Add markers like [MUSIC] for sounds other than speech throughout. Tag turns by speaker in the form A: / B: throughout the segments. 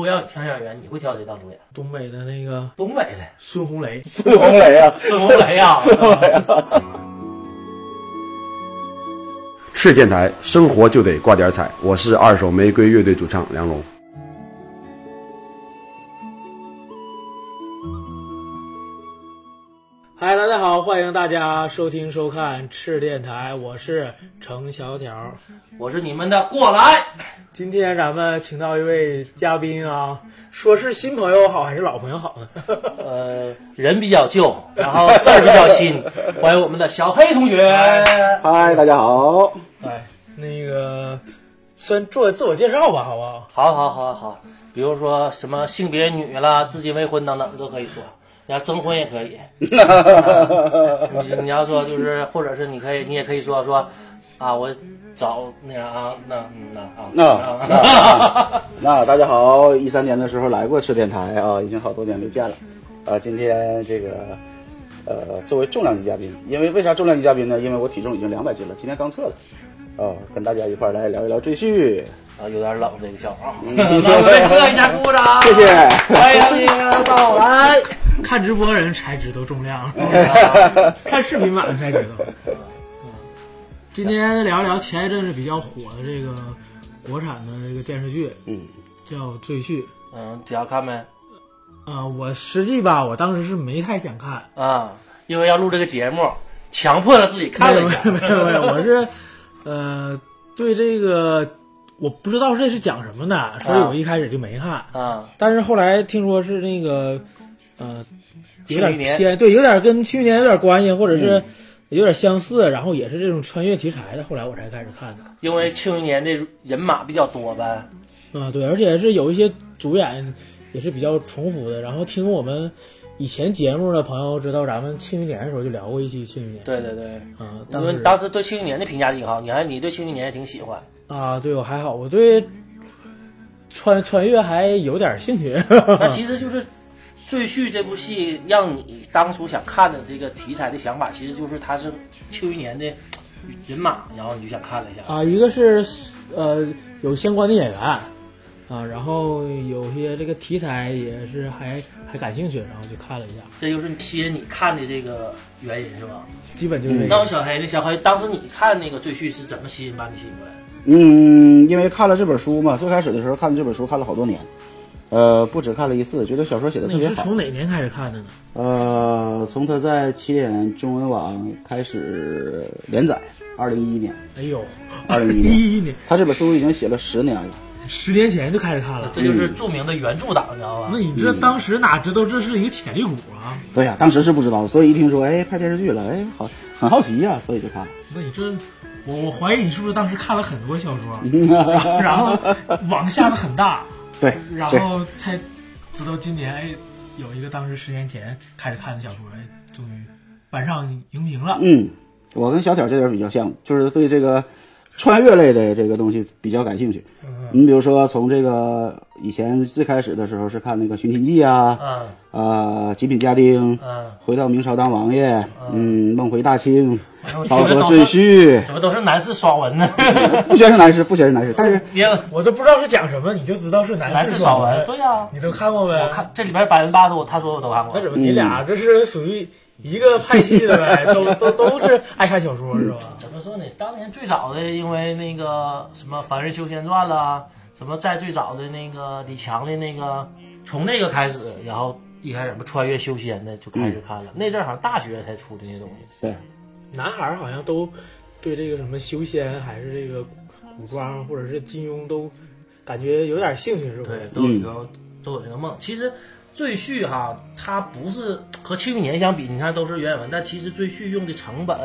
A: 不要抢演员，你会挑谁当主演？
B: 东北的那个
A: 东北的
B: 孙红雷，
C: 孙红雷啊，
A: 孙红雷呀，
C: 孙红雷啊。
D: 是电台，生活就得挂点彩。我是二手玫瑰乐队主唱梁龙。
B: 嗨，大家好，欢迎大家收听收看赤电台，我是程小条。
A: 我是你们的过来。
B: 今天咱们请到一位嘉宾啊，说是新朋友好还是老朋友好呢？
A: 呃，人比较旧，然后事儿比较 [LAUGHS] 新。欢迎我们的小黑同学。哎
C: 嗨，大家好，
B: [LAUGHS] 哎，那个先做自我介绍吧，好不好？
A: 好好好好，比如说什么性别女啦、至今未婚等等都可以说。你要征婚也可 [LAUGHS] 以，啊你你要说就是，或者是你可以，你也可以说说，啊，我找那啥啊，那嗯那啊
C: 那
A: 啊，
C: 那大家好，一三年的时候来过吃电台啊，已经好多年没见了，啊，今天这个，呃，作为重量级嘉宾，因为为啥重量级嘉宾呢？因为我体重已经两百斤了，今天刚测的，啊，跟大家一块儿来聊一聊赘婿，
A: [LAUGHS] 啊有点冷这个笑 [LAUGHS] 话，
B: [LAUGHS]
A: 那我们热一下啊鼓掌，
C: 谢谢，
A: 欢迎您到来。
B: 看直播人才知道重量， [LAUGHS] 看视频版才知道。嗯， [LAUGHS] 今天聊一聊前一阵子比较火的这个国产的这个电视剧，
C: 嗯，
B: 叫《赘婿》。
A: 嗯，只要看没
B: 啊、我实际吧，我当时是没太想看，
A: 啊，因为要录这个节目，强迫着自己看了一下。
B: 没有没有没有，我是呃对这个我不知道这是讲什么的，所以我一开始就没看。
A: 啊，
B: 但是后来听说是那个呃
A: 庆余
B: 有点
A: 年嗯
B: 偏，对，有点跟去年有点关系，或者是有点相似，然后也是这种穿越题材的，后来我才开始看的。
A: 因为庆余年的人马比较多呗。
B: 啊，对，而且是有一些主演也是比较重复的。然后听我们以前节目的朋友知道，咱们庆余年的时候就聊过一期庆余年。
A: 对对对，
B: 啊，
A: 因
B: 当
A: 为
B: 时
A: 当时对庆余年的评价挺好，你还你对庆余年也挺喜欢。
B: 啊，对我还好，我对穿穿越还有点兴趣。 [LAUGHS]
A: 那其实就是《赘婿》这部戏，让你当初想看的这个题材的想法，其实就是它是庆余年的人马，然后你就想看了一下。
B: 啊，一个是呃有相关的演员啊，然后有些这个题材也是还还感兴趣，然后就看了一下，
A: 这就是吸引你看的这个原因是吧？
B: 基本就是这
A: 那
B: 个。
A: 我小黑呢？小黑当时你看那个《赘婿》是怎么吸引把你吸引过来的？
C: 嗯，因为看了这本书嘛，最开始的时候看这本书看了好多年，呃，不止看了一次，觉得小说写的
B: 那
C: 特
B: 你
C: 别
B: 是
C: 好。
B: 从哪年开始看的呢？
C: 呃，从他在起点中文网开始连载，二零一一年，
B: 哎 [LAUGHS] 呦，
C: 2011
B: 一一年，
C: 他这本书已经写了十年了。
B: [LAUGHS] 十年前就开始看了。
A: 这就是著名的原著党，你知道吧
B: 嗯那？你这当时哪知道这是一个潜力股啊？
C: 对呀、当时是不知道，所以一听说哎拍电视剧了，哎好很好奇呀、所以就看了。
B: 那你这，我我怀疑你是不是当时看了很多小说，然后网下的很大，
C: 对，
B: 然
C: 对
B: 后才知道今年哎有一个当时十年前开始看的小说，哎，终于搬上荧屏了。
C: 嗯，我跟小挑这点比较像，就是对这个穿越类的这个东西比较感兴趣。
B: 嗯
C: 你比如说从这个以前最开始的时候是看那个《寻秦记》啊，
A: 嗯
C: 呃，《极品家丁》，
A: 嗯，
C: 回到明朝当王爷，嗯，梦回大清，
B: 哎
A: 我
C: 刀
A: 觉得
C: 戈
A: 都
C: 赘
A: 是
C: 婿，
A: 怎么都是男士爽文呢？ [LAUGHS]
C: 不全是男士，不全是男士，但是
A: 别
B: 我都不知道是讲什么，你就知道是男
A: 男士爽文，对呀、
B: 你都看过呗？
A: 我看这里边百分之八十五，他说我都看
B: 那
A: 过。
B: 怎么你俩这是属于一个派系的呗？都都都是爱看小说是吧？
A: 怎么说呢？当年最早的，因为那个什么《凡人修仙传》啦，什么再最早的那个李强的那个，从那个开始，然后一开始不穿越修仙的就
B: 嗯
A: 开始看了。那阵儿好像大学才出的那东西。
C: 对，
B: 男孩儿好像都对这个什么修仙还是这个古装或者是金庸都感觉有点兴趣是吧？
A: 对，都有一个、都有这个梦。其实《赘婿》哈，它不是和《庆余年》相比，你看都是原文，但其实《赘婿》用的成本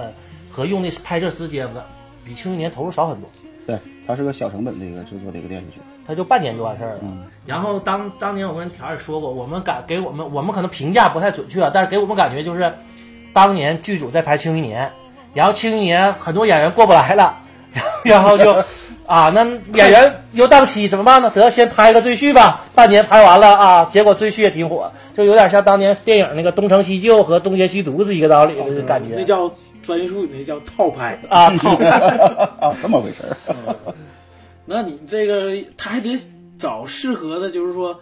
A: 和用的拍摄时间呢，比《庆余年》投入少很多，
C: 对，它是个小成本的一个制作的一个电 [LAUGHS] 视剧。
A: 它就半年就完事儿了。然后当当年我跟条儿也说过，我们感给我们我们可能评价不太准确啊，但是给我们感觉就是，当年剧组在拍《庆余年》，然后《庆余年》很多演员过不来了， [LAUGHS] 然后就啊，那演员又档期怎么办呢？得先拍个《赘婿》吧，半年拍完了啊，结果《赘婿》也挺火，就有点像当年电影那个《东成西就》和《东邪西毒》是一个道理的感
B: 那
A: 觉
B: 叫专业术语，那叫套拍。
A: 啊。靠
C: 啊，这么回事儿。
B: 那你这个他还得找适合的，就是说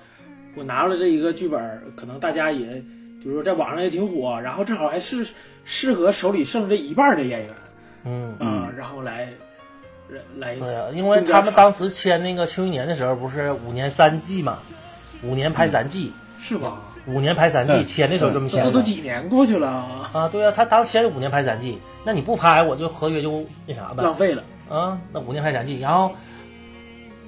B: 我拿出来这一个剧本，可能大家也就是说在网上也挺火，然后正好还是适合手里剩这一半的演员
A: 嗯，
B: 啊，然后来来
A: 对啊
B: 来，
A: 因为他们当时签那个邱一年的时候，不是五年三季嘛，五年拍三季，
B: 是吧？
A: 五年拍三季，
C: 对
A: 签的时候这么
B: 这
A: 签
B: 都都
A: 的。
B: 几年过去了啊，
A: 啊，对啊，他当时签五年拍三季，那你不拍我就合约就那啥呗，
B: 浪费了。
A: 啊，那五年拍展季，然后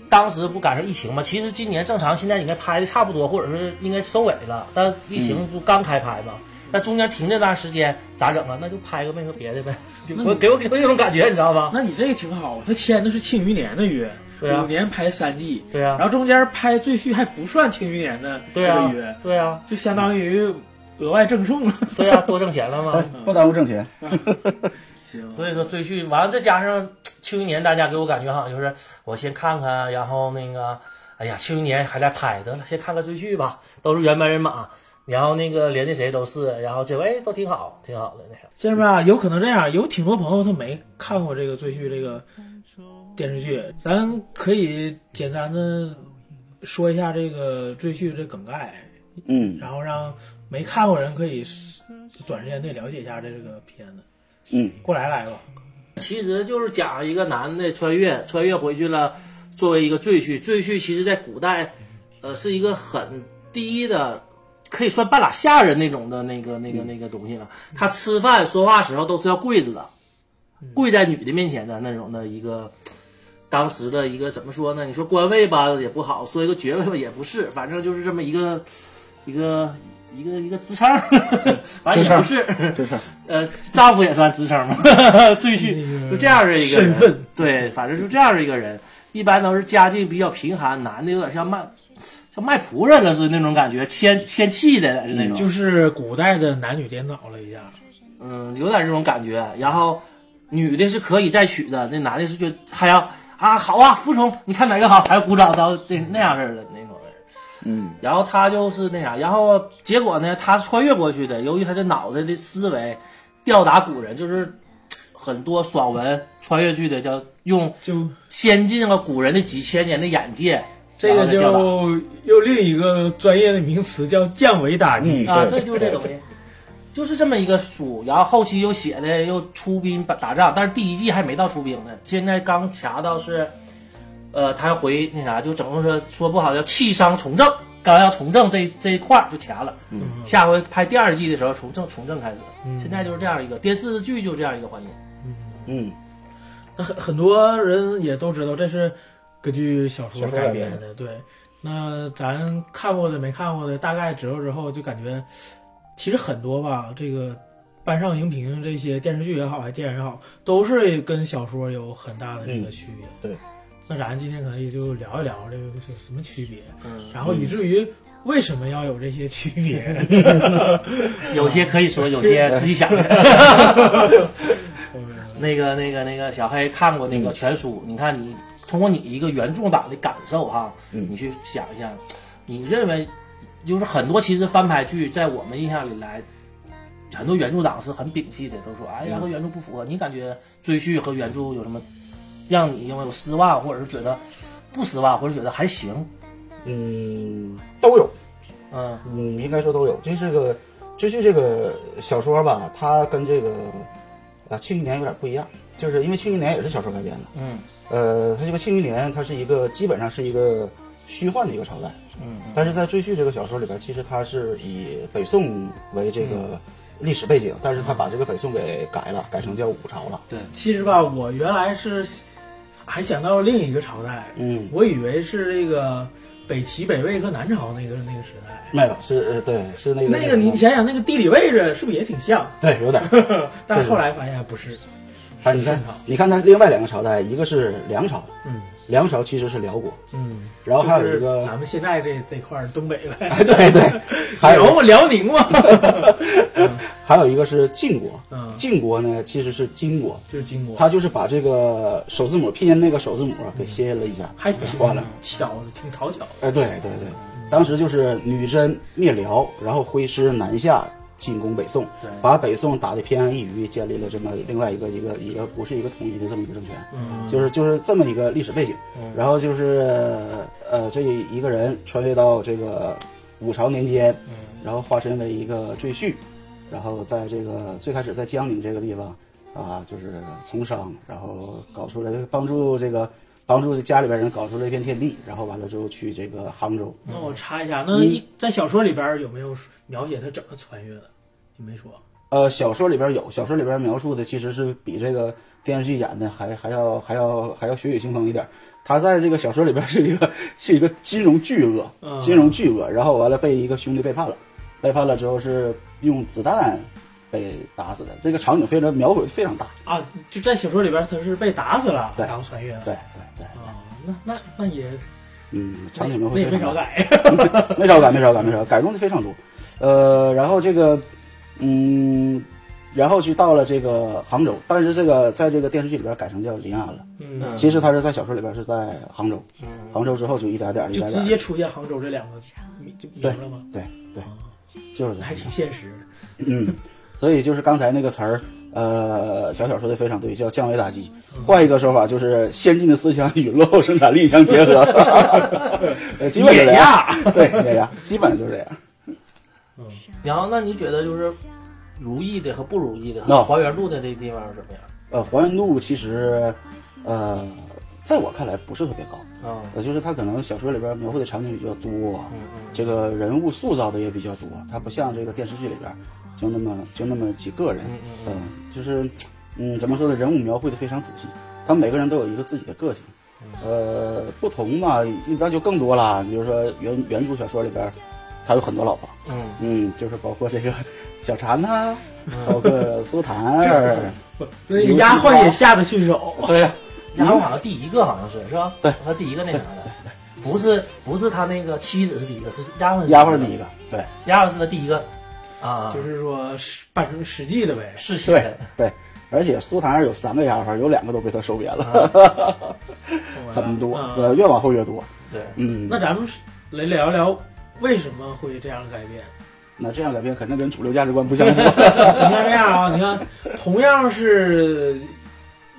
A: 当时不赶上疫情嘛，其实今年正常现在应该拍的差不多，或者是应该收尾了，但疫
B: 嗯
A: 情不刚开拍嘛，那中间停这段时间咋整啊？那就拍个那个别的呗，就我给我给我这种感觉，你知道吗？
B: 那你这个挺好，他签的是《庆余年》的约，
A: 对啊
B: 五年拍三季，
A: 对呀、
B: 然后中间拍《赘婿》还不算《庆余年》的
A: 对呀、
B: 这个约，
A: 对呀、
B: 就相当于额外赠送了。
A: 对呀、多挣钱了嘛。
C: 不耽误挣钱。
B: 行，
A: 所以说赘婿完了，再加上庆余年，大家给我感觉好像就是我先看看，然后那个，哎呀，庆余年还在拍，得了，先看看赘婿吧，都是原班人马，然后那个连那谁都是，然后这哎都挺好，挺好的那啥，
B: 现在吧，啊有可能这样，有挺多朋友他没看过这个《赘婿》这个电视剧，咱可以简单的说一下这个《赘婿》这梗概，
C: 嗯
B: 然后让没看过人可以短时间内了解一下这个片子。
C: 嗯，
B: 过来来吧，
A: 其实就是讲一个男的穿越，穿越回去了，作为一个赘婿，赘婿其实在古代，呃，是一个很低的。可以算半拉下人那种的那个、那个、那个东西了。他吃饭、说话时候都是要跪着的，跪在女的面前的那种的一个，当时的一个怎么说呢？你说官位吧也不好，说一个爵位吧也不是， [LAUGHS] 反正就是这么一个一个一个一个职称， [LAUGHS] 反正也不是
C: 职称，
A: 呃，丈夫也算职称嘛， [LAUGHS] 赘婿就这样的一个人
B: 身份，
A: 对，反正就这样的一个人，一般都是家境比较贫寒，男的有点像卖像卖仆人了似的那种感觉，签签契的是那种，
B: 就是古代的男女颠倒了一下。
A: 嗯，有点这种感觉。然后女的是可以再娶的，那男的是觉得还要啊好啊服从，你看哪个好还要鼓掌，到那那样式儿的那种人。
C: 嗯
A: 然后他就是那啥，然后结果呢，他穿越过去的，由于他的脑袋的思维吊打古人，就是很多爽文穿越剧的叫用
B: 就
A: 先进了古人的几千年的眼界，
B: 这个
A: 然后
B: 就又另一个专业的名词叫降维打
A: 再
B: 击。
A: 吊打啊，
C: 嗯
A: 对，就是这东西。就是这么一个书，然后后期又写的又出兵打打仗，但是第一季还没到出兵呢，现在刚查到是，呃，他回那啥，就整个说说不好叫弃商从政，刚要从政这这一块儿就掐了，
B: 嗯
A: 下回拍第二季的时候从政从政开始，
B: 嗯
A: 现在就是这样一个电视剧就这样一个环节。
C: 嗯，
B: 那很很多人也都知道这是根据小说
C: 小说
B: 改
C: 改
B: 编
C: 编
B: 的，对。那咱看过的没看过的，大概知道之后，就感觉其实很多吧，这个班上荧屏这些电视剧也好，还电影也好，都是跟小说有很大的这个区别。
C: 嗯对。
B: 那咱今天可以就聊一聊这个有什么区别，
A: 嗯，
B: 然后以至于为什么要有这些区别。
C: [LAUGHS]
A: 有些可以说，有些自己想的。那个、那个、那个，小黑看过那
C: 嗯
A: 个全书，你看你通过你一个原著党的感受哈，
C: 嗯
A: 你去想一下，你认为就是很多其实翻拍剧在我们印象里来，很多原著党是很摒弃的，都说哎呀
C: 嗯
A: 和原著不符合。你感觉追剧和原著有什么让你因为有失望，或者是觉得不失望，或者觉得还行？
C: 嗯，都有，
A: 嗯
C: 嗯，应该说都有。这是个，追剧这个小说吧，它跟这个啊《庆余年》有点不一样，就是因为《庆余年》也是小说改编的。
A: 嗯
C: 呃，它这个《庆余年》，它是一个基本上是一个虚幻的一个朝代，
A: 嗯嗯
C: 但是在《赘婿》这个小说里边，其实它是以北宋为这个历史背景，但是它把这个北宋给改了，改成叫五朝了。
B: 其实吧，我原来是还想到另一个朝代，
C: 嗯，
B: 我以为是这个北齐、北魏和南朝那个那个时代。
C: 没有，是呃，对，是那个
B: 那个你想想，那个地理位置是不是也挺像？
C: 对，有点。
B: [LAUGHS] 但后来发现不是，
C: 啊，你看
B: 是吧，
C: 你看它另外两个朝代，一个是梁朝，
B: 嗯
C: 梁朝其实是辽国，
B: 嗯，
C: 然后还有一
B: 就
C: 个
B: 是咱们现在这这块儿东北呗， [LAUGHS]
C: 哎， [LAUGHS] 对对，还
B: 辽
C: 有
B: 嘛辽宁
C: [LAUGHS]
B: 嘛，
C: 还有一个是晋国，
B: 嗯，
C: 晋国呢其实是金国，
B: 就是金国，
C: 他就是把这个首字母拼音那个首字母啊给谐音了一下，
B: 嗯还挺
C: 换了。
B: 巧的，挺讨巧的。
C: 哎，对对对，当时就是女真灭辽，然后挥师南下，进攻北宋
A: 对，
C: 把北宋打得偏安一隅，建立了这么另外一个一个一个不是一个统一的这么一个政权，
A: 嗯
C: 就是就是这么一个历史背景。
A: 嗯
C: 然后就是呃，这一个人穿越到这个五朝年间，
A: 嗯
C: 然后化身为一个赘婿，然后在这个最开始在江宁这个地方啊，就是从商，然后搞出来帮助这个帮助家里边人搞出了一片天地，然后完了之后去这个杭州，
B: 那我插一下，
C: 嗯
B: 那一在小说里边有没有描写他怎么穿越的？你没说，
C: 呃，小说里边有，小说里边描述的其实是比这个电视剧演的还还要还要还要血雨腥风一点儿。他在这个小说里边是一个是一个金融巨
B: 嗯
C: 鳄，金融巨鳄，然后完了被一个兄弟背叛了，背叛了之后是用子弹被打死的。这个场景非常描绘非常大，
B: 啊，就在小说里边他是被打死了，
C: 对
B: 然后穿越的
C: 对对对，
B: 啊，那那那也
C: 嗯，
B: 那
C: 场景描绘
B: 也
C: 非
B: 没
C: 常
B: 少
C: 大。
B: 改，
C: [LAUGHS] 没少改，没少改，没少改，改动的非常多。呃，然后这个，嗯，然后就到了这个杭州，但是这个在这个电视剧里边改成叫临安了。
B: 嗯，
C: 其实他是在小说里边是在杭州，
A: 嗯
C: 杭州之后就一点点，一
B: 就
C: 点
B: 直
C: 点，
B: 接出现杭州这两个就明了吗？
C: 对对
B: 啊，
C: 就是这样
B: 还挺现实的，
C: 嗯，所以就是刚才那个词儿，呃，小小说的非常对，叫降维打击。
B: 嗯
C: 换一个说法就是先进的思想与落后生产力相
B: [LAUGHS]
C: 结合，呃，基本就这样。
B: 呀，
C: 对，碾压，基本就是这样。
A: 然后那你觉得就是如意的和不如意的，
C: 那
A: 还原度的这地方是怎么样？
C: 呃，还原度其实，呃，在我看来不是特别高，
A: 啊，
C: 呃，就是他可能小说里边描绘的场景比较多，
A: 嗯嗯
C: 这个人物塑造的也比较多，它不像这个电视剧里边就那么就那么几个人，
A: 嗯嗯
C: 嗯、就是嗯怎么说呢，人物描绘的非常仔细，他们每个人都有一个自己的个性，呃，不同嘛，那就更多了。你比如说原原著小说里边，他有很多老婆，
A: 嗯
C: 嗯，就是包括这个小婵呐、包括苏檀儿，
B: 那个丫鬟
C: 啊
B: 也下得去手，
C: 对呀、
A: 然后好像第一个好像是是吧？
C: 对，
A: 他第一个那啥的，不是不是他那个妻子是第一个，是丫鬟是
C: 丫鬟是
A: 第
C: 第一
A: 个，
C: 个，对
A: 丫鬟是他第一个啊，
B: 就是说是扮成史记的呗，
A: 是亲
C: 对
A: 人，
C: 对，而且苏檀儿有三个丫鬟，有两个都被他收编了， [LAUGHS] 很多，
B: 啊
C: 呃，越往后越多。
A: 对，
C: 嗯，
B: 那咱们来聊一聊为什么会这样改变？
C: [LAUGHS] 那这样改变肯定跟主流价值观不相
B: [LAUGHS]
C: 符。
B: 你看这样啊，你看，同样是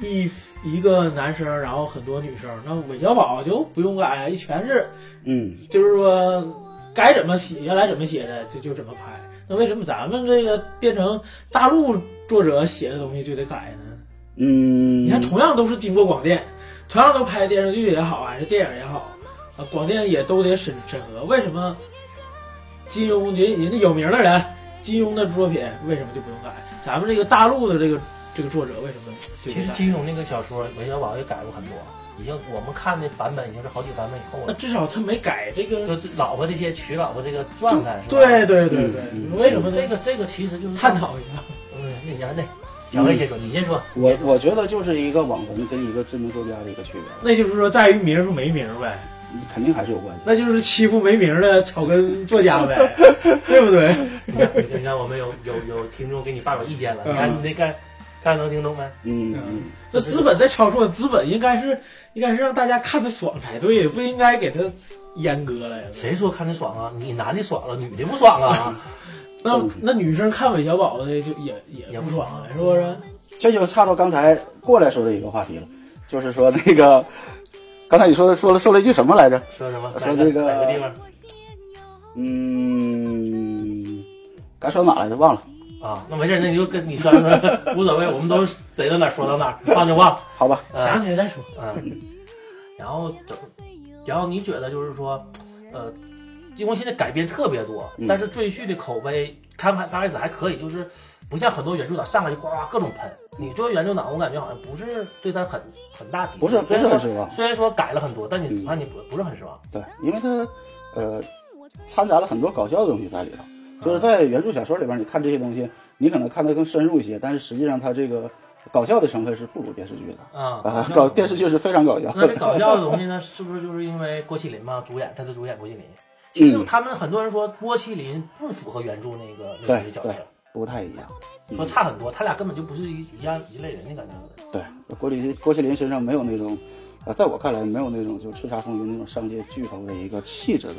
B: 一一个男生，然后很多女生，那韦小宝就不用改，啊全是
C: 嗯，
B: 就是说该怎么写，原来怎么写的就就怎么拍。那为什么咱们这个变成大陆作者写的东西就得改呢？
C: 嗯，
B: 你看，同样都是经过广电，同样都拍电视剧也好，还是电影也好，啊，广电也都得审审核。为什么金庸人人家有名的人，金庸的作品为什么就不用改？咱们这个大陆的这个这个作者为什么就
A: 其
B: 得
A: 实
B: 改？
A: 金庸那个小说韦小宝也改过很多，已经我们看的版本已经是好几个版本以后
B: 那 [LAUGHS]
A: 了，
B: 至少他没改这个。
A: 就是老婆这些娶老婆这个状态是吧？
B: 对对对对，
C: 嗯
B: 为什么
A: 这
B: 这
A: 个
B: 个
A: 这个其实就是
B: 探，讨一下？
A: 嗯，那男的，小魏先说，你先说， [LAUGHS]
C: 我我觉得就是一个网红跟一个知名作家的一个区别，
B: 那就是说在于名儿和没名儿呗，
C: 肯定还是有关系。
B: 那就是欺负没名儿的草根作家呗，对不对？
A: 你看你看我们有有有听众给你发表意见了，你看你那个，看能听懂没？
C: 嗯
B: 嗯
C: 嗯，
B: 这资本在操作，资本应该是应该是让大家看得爽才对，不应该给他阉割了呀。
A: 谁说看着爽啊？你男的爽了，女的不爽
C: [LAUGHS]
A: 啊？
B: 那那女生看韦小宝的就也也不爽了，是不是？
C: 这就差到刚才过来说的一个话题了，就是说那个，刚才你说的说了说了一句什么来着？
A: 说什么？
C: 说
A: 哪
C: 这个
A: 哪个地方
C: 嗯，该说哪来着忘了，
A: 啊？那没事，那你就跟你说说，无所谓，我们都逮到哪儿说到哪儿，忘就忘。
C: 好吧。
A: 嗯
B: 想起来再说。
A: 嗯，然后整，然后你觉得就是说，呃，因为现在改编特别多，
C: 嗯
A: 但是《赘婿》的口碑看看刚开始还可以，就是不像很多原著党上来就呱呱各种喷。你作为原著党，我感觉好像不是对他很很大敌意，
C: 不是不
A: 虽
C: 是
A: 然
C: 很
A: 说
C: 失望，
A: 虽然说改了很多，但你
C: 嗯
A: 让你不不是很失望。
C: 对，因为它呃掺杂了很多搞笑的东西在里头。就是在原著小说里边，你看这些东西，你可能看得更深入一些，但是实际上它这个搞笑的成分是不如电视剧的
A: 啊，
C: 啊，搞电视剧是非常搞笑
A: 那
C: 的
A: 这。搞笑的东西呢，是不是就是因为郭麒麟嘛主演，他的主演郭麒麟？其实
C: 嗯
A: 他们很多人说郭麒麟不符合原著那个那个
C: 对
A: 角
C: 对
A: 色，，
C: 不太一样。
A: 说差很多，他俩根本就不是一一样一类人的感觉。
C: 对，郭麒麟郭麒麟身上没有那种，呃，在我看来没有那种就叱咤风云那种商界巨头的一个气质在。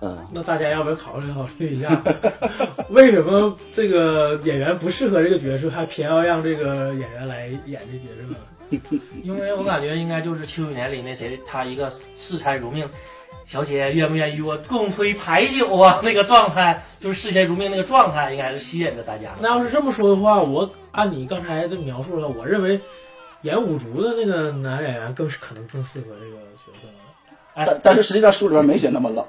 C: 嗯，
B: 那大家要不要考虑考虑一下， [LAUGHS] 为什么这个演员不适合这个角色，还偏要让这个演员来演这角色呢？
A: 因为我感觉应该就是七五年里那谁，他一个视钱如命，小姐姐愿不愿意与我共推牌九啊？那个状态就是视钱如命那个状态，应该是吸引着大家。
B: 那要是这么说的话，我按你刚才这描述了，我认为演五竹的那个男演员更是可能更适合这个角色。
A: 哎，
C: 但但是实际上书里边没写那么冷，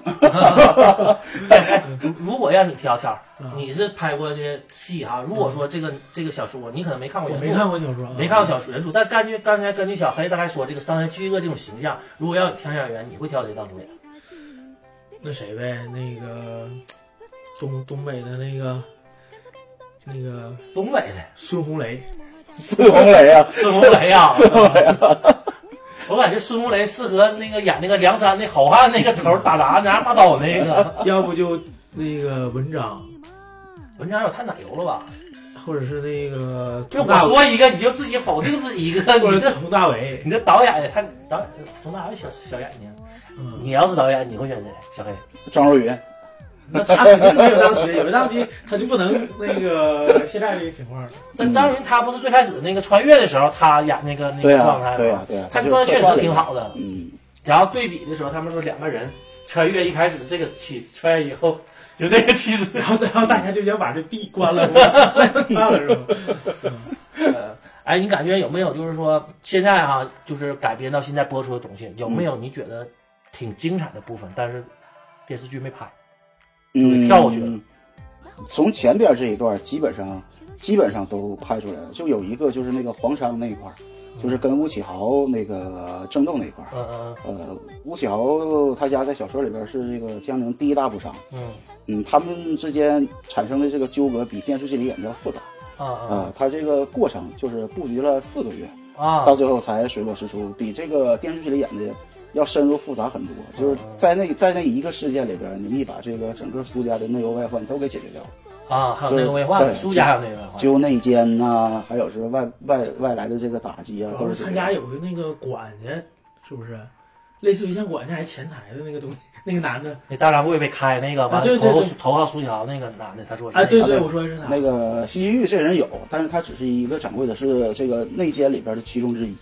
A: [LAUGHS] 如果让你挑挑
B: 嗯，
A: 你是拍过这戏哈？如果说这个这个小说，你可能没看过
B: 我
A: 原著，
B: 没看过小说啊，
A: 没看过小说原著，但根据刚才根据小黑大概说这个商业巨鳄这种形象，如果让你挑演员，你会挑谁当主演？
B: 那谁呗，那个东东北的那个那个
A: 东北的
B: 孙红雷，
C: 孙红雷啊，
A: 孙红雷啊，孙红雷我感觉孙红雷适合那个演那个梁山那好汉那个头儿打砸拿大刀那个。
B: 要不就那个文章，
A: 文章有太奶油了吧？
B: 或者是那个
A: 就
B: 佟
A: 我
B: 大为，
A: 说一个，你就自己否定自己一个，
B: 或
A: 你
B: 者
A: 这
B: 佟大为，
A: 你这导演也太导演从哪有小小眼睛？
B: 嗯，
A: 你要是导演，你会选谁？小
C: 嗯
A: 黑。
C: 张若昀，
B: 那他肯定没有当时，有当时他就不能那个现在这个情况了。
A: 但张云他不是最开始那个穿越的时候，他演那个那
C: 对
A: 个
C: 啊
A: 状态吗？
C: 对啊对啊
A: 他
C: 他就
A: 状态
C: 客
A: 确
C: 串
A: 实
C: 了
A: 挺
C: 一
A: 好的。
C: 嗯，
A: 然后对比的时候，他们说两个人穿越，一开始这个妻穿越以后，就那个妻子，
B: 然后，然后大家就想把这 B 关 [LAUGHS] 了，是吧关了是吧？
A: 呃，哎，你感觉有没有就是说现在啊，就是改编到现在播出的东西，有没有你觉得挺精彩的部分，但是电视剧没拍？
C: 嗯，
A: 跳过去了
C: 从前边这一段基本上基本上都拍出来了，就有一个就是那个黄山那一块儿，就是跟吴启豪那个争斗那一块儿。
A: 嗯嗯
C: 呃，吴启豪他家在小说里边是这个江宁第一大补商，
A: 嗯
C: 嗯，他们之间产生的这个纠葛比电视剧里演的要复杂
A: 啊
C: 啊、他这个过程就是布局了四个月，
A: 啊啊
C: 到！最后才水落石出，比这个电视剧里演的要深入复杂很多。就是在那在那一个事件里边，你把这个整个苏家的内忧外患都给解决掉了，
A: 啊，还有那个文化，
C: 对
A: 苏家还有那个文化，
C: 就内奸呐、还有是外外外来的这个打击啊，
B: 然
C: 都
B: 后
C: 是解
B: 他
C: 决
B: 家
C: 掉
B: 有个那个管家，是不是？类似于像管家还是前台的那个东西，那个男的
A: 那大张柜被开那个，完
B: 对
A: 了
B: 对
A: 头
B: 对
A: 头上苏小那个男的，他说是
B: 啊，对
A: 那个
B: 对，我说的是他
C: 那个西域这人有，但是他只是一个掌柜的，是这个内奸里边的其中之一。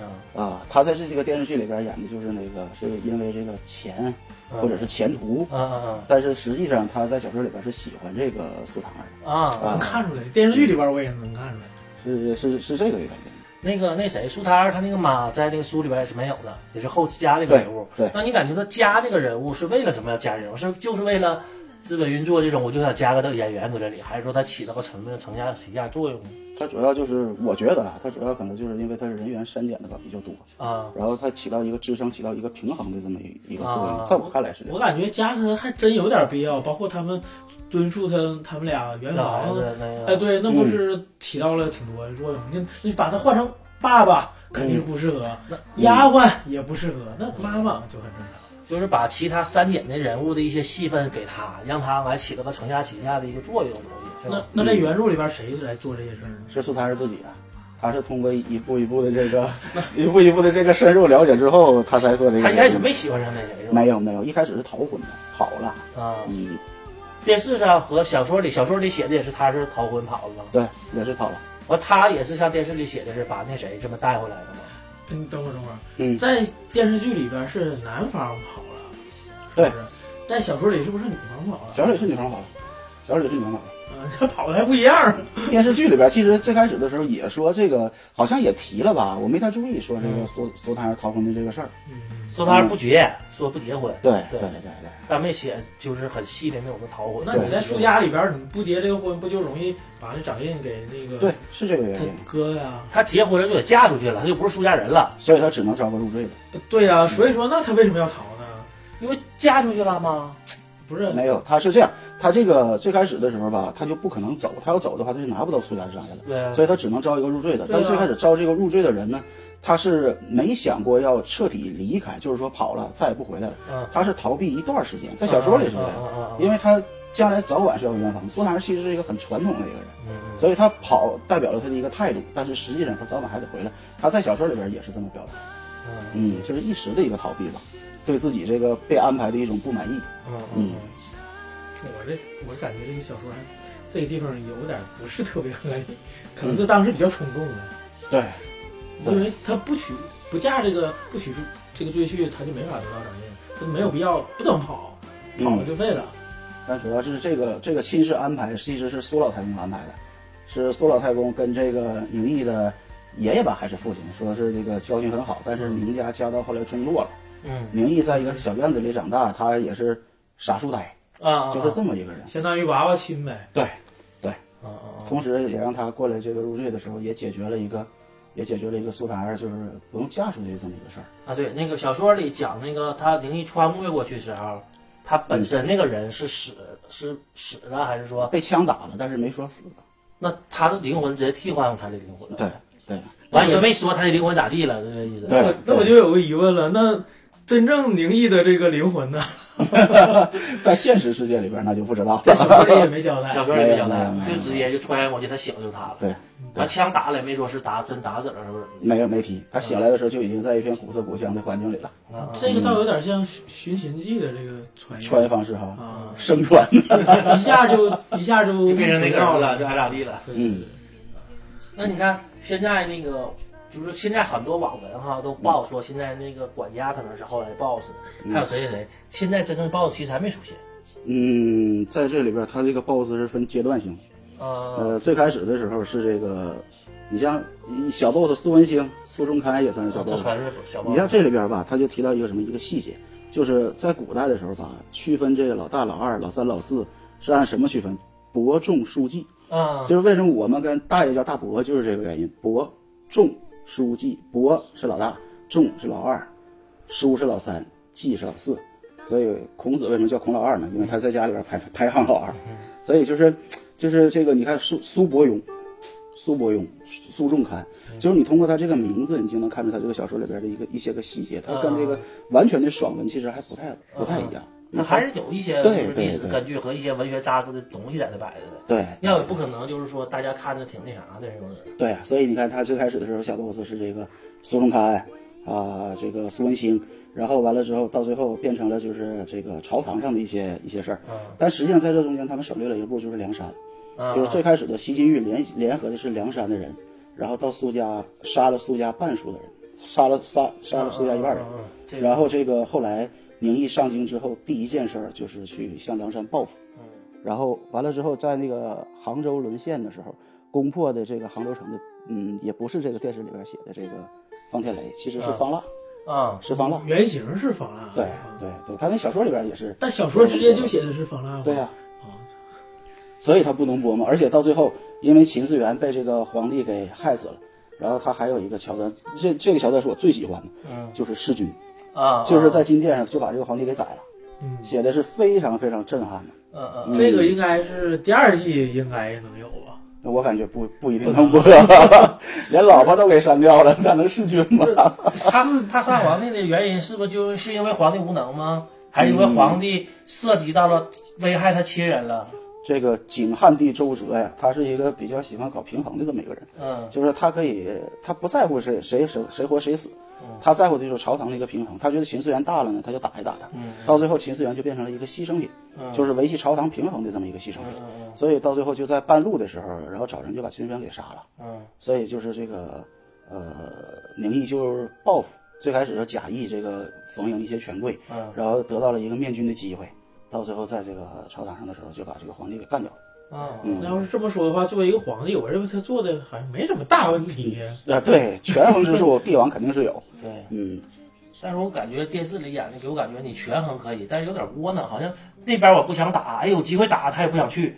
A: 嗯
C: 啊，他在这个电视剧里边演的就是那个，是因为这个钱
A: 嗯
C: 或者是前途，
A: 嗯嗯
C: 但是实际上他在小说里边是喜欢这个苏唐儿的，
A: 嗯啊，
B: 能看出来，电视剧里边我也能看出来。
C: 是是是这个原因。
A: 那个那谁苏他他那个妈在那个书里边也是没有的，也是后加这个人物。
C: 对对
A: 那你感觉他加这个人物是为了什么要加人物？是就是为了资本运作这种，我就想加个这个演员搁这里，还是说他起到个层面承压起下作用呢
C: 他主要就是，我觉得啊，他主要可能就是因为他人员删减的吧比较多，
A: 啊？
C: 然后他起到一个支撑、起到一个平衡的这么一一个作
A: 啊
C: 用，在我看来是这
B: 我
C: 样。
B: 感觉加他还真有点必要，包括他们敦促他他们俩圆
A: 老
B: 房子，
A: 的那个
B: 哎，对，那不是起到了挺多的作用。你你把他换成爸爸肯定是不适合，
A: 那
B: 丫鬟也不适合，那妈妈就很正常。
A: 就是把其他删减的人物的一些戏份给他，让他来起到个承下启下的一个作用的东西，是
B: 那
A: 吧？
B: 那在原著里边谁来做这些事儿呢？
C: 是苏唐儿自己啊，他是通过一步一步的这个一步一步的这个深入了解之后，他才做这个。
A: 他一开始没喜欢上那谁是吧？
C: 没有没有，一开始是逃婚的，跑了，
A: 啊，
C: 嗯，
A: 电视上和小说里，小说里写的也是他是逃婚跑的嘛，
C: 对，也是跑了，
A: 完他也是像电视里写的是把那谁这么带回来的嘛。
B: 你等会儿，等会儿，
C: 嗯。
B: 在电视剧里边是男方跑了，是不
C: 对
B: 是？在小说里是不是女方跑了？
C: 小李是女方跑的，小李是女方跑的。
B: 啊，这跑的还不一样。
C: 电视剧里边其实最开始的时候也说这个，好像也提了吧，我没太注意说
A: 嗯
C: 这个苏苏丹儿逃婚的这个事儿。
B: 嗯，
A: 说他是不结，说不结婚，
C: 对
A: 对
C: 对对对，
A: 但没写就是很细的那种的逃婚。
B: 那你在苏家里边，你不结这个婚，不就容易把那掌印给那个
C: 对是这个原
B: 他
C: 因，
B: 哥呀？
A: 他结婚了就得嫁出去了，他就不是苏家人了，
C: 所以他只能招个入赘的。
B: 呃对呀、所以说那他为什么要逃呢？
A: 因为嫁出去了吗？
B: 不是，
C: 没有，他是这样，他这个最开始的时候吧，他就不可能走，他要走的话他就拿不到苏家之家了，
A: 对啊，
C: 所以他只能招一个入赘的。但最开始招这个入赘的人呢，他是没想过要彻底离开，就是说跑了再也不回来了，
A: 嗯，
C: 他是逃避一段时间，在小说里是这样，
A: 样
C: 因为他将来早晚是要圆房。苏丹儿其实是一个很传统的一个人。
A: 嗯
C: 所以他跑代表了他的一个态度，但是实际上他早晚还得回来。他在小说里边也是这么表达，
A: 嗯嗯
C: 嗯，就是一时的一个逃避吧。对自己这个被安排的一种不满意。
A: 嗯
C: 嗯
B: 我这我感觉这个小说还这个地方有点不是特别合理，可能是当时比较冲动了，
C: 嗯对，对
B: 因为他不许不嫁这个不许这个赘婿，他就没法得到长进，就没有必要不能跑，跑了
C: 嗯，
B: 就废了。
C: 但主要是这个这个亲事安排其实是苏老太公安排的，是苏老太公跟这个宁毅的爷爷吧还是父亲，说是这个交情很好，但是宁家家道后来中落了，
A: 嗯
C: 宁毅在一个小院子里长大，他也是傻书呆，
A: 啊，
C: 就是这么一个人。
B: 相当于娃娃亲呗，
C: 对，
A: 啊啊
C: 同时也让他过来这个入赘的时候，也解决了一个，也解决了一个苏檀儿就是不用嫁出去这么一个事儿。
A: 啊！对，那个小说里讲那个他灵异穿越过去时候，他本身那个人是死是死的，还是说
C: 被枪打了，但是没说死。
A: 那他的灵魂直接替换他的灵魂？
C: 对，对
A: 完也没说他的灵魂咋地了，这个意思。
C: 对
B: 那我那我就有个疑问了，那真正宁毅的这个灵魂呢，
C: [LAUGHS] 在现实世界里边那就不知道
B: 在
C: 了。
B: 小说里也没交代。
A: 小说里没交
C: 没
A: 代
C: 有没有，没有
A: 就直接就穿越过去，他醒就是他了。
C: 对，
A: 完枪打了也没说是打真打死啊了是不是？
C: [LAUGHS] 没有没提，他醒来的时候就已经在一片古色古香的环境里了。
A: 啊
B: 这个倒有点像《寻寻秦记》的这个穿越
C: 穿越方式哈，
B: 啊，
C: 生穿。 [LAUGHS] 嗯
B: 一下就一下就
A: 就变成那个
B: 绕
A: 人了，就爱咋地了。
C: 嗯，
A: 那你看现在那个，就是现在很多网文哈都报
C: 嗯
A: 说现在那个管家可能是后来 boss，还有谁谁谁，现在真正 boss 其实还没出现。
C: 嗯，在这里边他这个 BOSS 是分阶段性。
B: 啊
A: 呃，
C: 呃，最开始的时候是这个，你像小 BOSS 苏文兴、苏仲开也算
B: 啊
C: 是小
A: 这
C: BOSS。
A: 全是小 boss
C: 你。像这里边吧，他就提到一个什么一个细节，就是在古代的时候吧，区分这个老大、老二、老三、老四是按什么区分？伯仲叔季，
A: 啊
C: 就是为什么我们跟大爷叫大伯，就是这个原因。伯仲叔季，伯是老大，仲是老二，叔是老三，季是老四。所以孔子为什么叫孔老二呢？因为他在家里边排排行老二。所以就是就是这个，你看苏苏伯庸，苏伯庸、苏仲堪，就是你通过他这个名字，你就能看出他这个小说里边的一个一些个细节，
A: 啊
C: 他跟这个完全的爽文其实还不太不太一样。
A: 那还是有一些
C: 对
A: 就是
C: 对
A: 历史
C: 对
A: 根据和一些文学扎实的东西在那摆着的，
C: 对，
A: 要也不可能就是说大家看着挺那啥的，是不是？
C: 对啊，所以你看他最开始的时候，小 boss 是这个苏仲堪啊，这个苏文兴，然后完了之后，到最后变成了就是这个朝堂上的一些一些事儿。但实际上在这中间，他们省略了一步，就是梁山，
A: 啊
C: 就是最开始的西晋玉联联合的是梁山的人，然后到苏家杀了苏家半数的人，杀了杀杀了苏家一半人。
A: 嗯嗯嗯这个
C: 然后这个后来宁毅上京之后，第一件事儿就是去向梁山报复。然后完了之后，在那个杭州沦陷的时候，攻破的这个杭州城的，嗯，也不是这个电视里边写的这个方天雷，其实是方腊，
A: 啊，
C: 是方腊。
B: 原型是方腊，
C: 对对对，他那小说里边也是，
B: 但小说直接就写的是方腊，
C: 对呀、
B: 啊，
C: 所以他不能播嘛。而且到最后，因为秦嗣源被这个皇帝给害死了，然后他还有一个桥段，这这个桥段是我最喜欢的，
A: 嗯
C: 就是弑君，
A: 啊，
C: 就是在金殿上就把这个皇帝给宰了，
B: 嗯
C: 写的是非常非常震撼的。
A: 嗯嗯嗯，
B: 这个应该是第二季应该能有吧？
C: 我感觉不不一定能播， [LAUGHS] 连老婆都给删掉了，那能弑君吗？
A: [LAUGHS] 他他杀皇帝的原因是不是就是因为皇帝无能吗？还是因为皇帝涉及到了危害他亲人了？
C: [LAUGHS] 这个景汉帝周哲呀，他是一个比较喜欢搞平衡的这么一个人，
A: 嗯
C: 就是他可以，他不在乎谁谁谁谁活谁死，他在乎的就是朝堂的一个平衡。他觉得秦嗣源大了呢，他就打一打他，到最后秦嗣源就变成了一个牺牲品，就是维系朝堂平衡的这么一个牺牲品。所以到最后就在半路的时候，然后找人就把秦嗣源给杀了。
A: 嗯
C: 所以就是这个，呃，宁毅就是报复，最开始是假意这个逢迎一些权贵，
A: 嗯
C: 然后得到了一个面君的机会，到最后在这个朝堂上的时候就把这个皇帝给干掉了。
A: 嗯
B: 那要是这么说的话，作为一个皇帝，我认为他做的好像没什么大问题。
C: 啊，对，权衡之术，帝王肯定是有。
A: 对。
C: 嗯，
A: 但是我感觉电视里演的给我感觉你权衡可以，但是有点窝囊，好像那边我不想打，哎，有机会打他也不想去，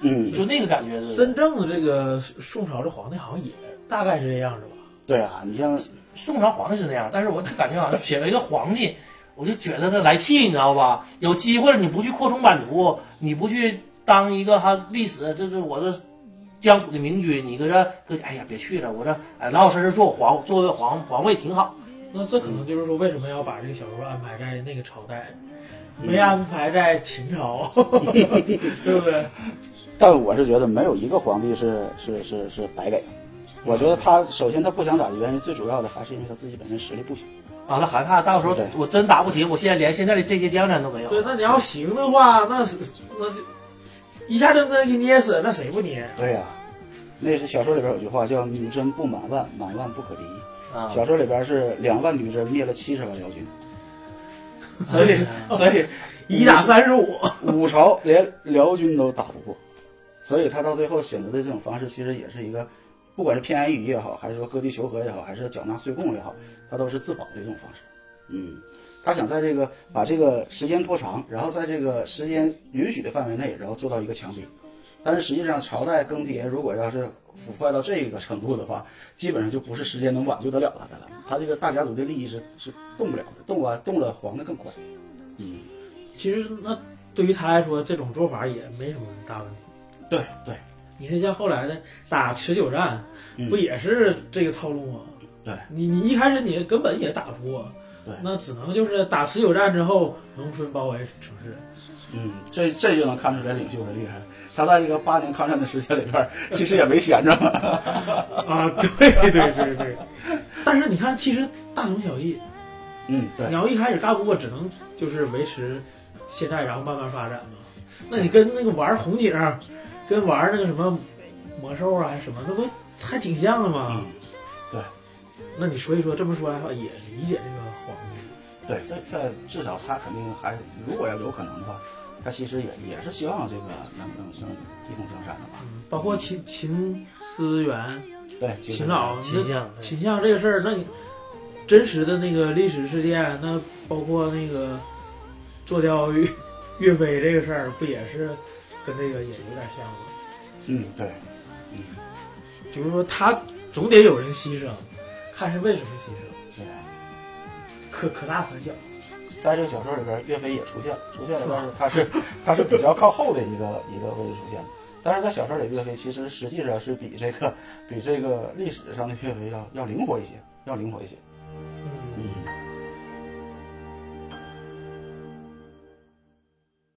C: 嗯，
A: 就那个感觉是。
B: 真正的这个宋朝这皇帝好像也大概是这样是吧？
C: 对啊，你像
A: 宋朝皇帝是那样，但是我就感觉好像写了一个皇帝，我就觉得他来气，你知道吧？有机会了你不去扩充版图，你不去当一个哈历史，这是我这疆土的明君，你搁这搁哎呀别去了，我这哎老老实实做皇做个皇皇位挺好。
B: 那这可能就是说，为什么要把这个小说安排在那个朝代，没安排在秦朝， [LAUGHS] 对不对？
C: 但我是觉得没有一个皇帝是是是是白给的。我觉得他首先他不想打的原因，最主要的还是因为他自己本身实力不行。
A: 完了害怕，到时候
C: 对
A: 我真打不起，我现在连现在的这些江山都没有。
B: 对，那你要行的话，那是那就一下就那给捏死，那谁不捏？
C: 对呀、那是小说里边有句话叫“女真不满万，满万不可敌”。
A: 啊，
C: 小说里边是两万女真灭了七十万辽军，所以所 [LAUGHS] 以
B: [LAUGHS] 一打三十五，
C: 五朝连辽军都打不过，所以他到最后选择的这种方式，其实也是一个，不管是偏安一隅也好，还是说割地求和也好，还是缴纳岁贡也好，他都是自保的一种方式。嗯，他想在这个把这个时间拖长，然后在这个时间允许的范围内，然后做到一个强兵。但是实际上，朝代更迭如果要是腐败到这个程度的话，基本上就不是时间能挽救得了他的了。他这个大家族的利益是是动不了的，动啊动了黄的更快。嗯，
B: 其实那对于他来说，这种做法也没什么大问题。
C: 对对，
B: 你看像后来的打持久战，
C: 嗯
B: 不也是这个套路吗？
C: 对
B: 你你一开始你根本也打不过，
C: 对
B: 那只能就是打持久战之后，农村包围城市。
C: 嗯，这这就能看出来领袖的厉害。他在这个八年抗战的时间里边儿，其实也没闲着嘛。
B: 啊，对对对对。但是你看，其实大同小异。
C: 嗯，对
B: 你，要一开始干不过，只能就是维持现在，然后慢慢发展嘛。那你跟那个玩红警，跟玩那个什么魔兽啊什么，那不还挺像的吗？
C: 嗯，
B: 那你所以说这么说来话，也理解这个皇帝。
C: 对，在在至少他肯定还，如果要有可能的话，他其实也也是希望这个能能能地动江山的吧。
B: 嗯，包括秦秦思源、
C: 对，其实
B: 秦老、
A: 秦将，对
B: 秦相这个事儿，那你真实的那个历史事件，那包括那个做掉岳岳飞这个事儿，不也是跟这个也有点像吗？
C: 嗯，对，嗯，
B: 就是说他总得有人牺牲，看是为什么牺牲，
C: 对。
B: 可可大可小。
C: 在这个小说里边，岳飞也出现了，出现了，但是他是他是比较靠后的一个一个位置出现的。但是在小说里，岳飞其实实际上是比这个比这个历史上的岳飞要要灵活一些，要灵活一些。
B: 嗯，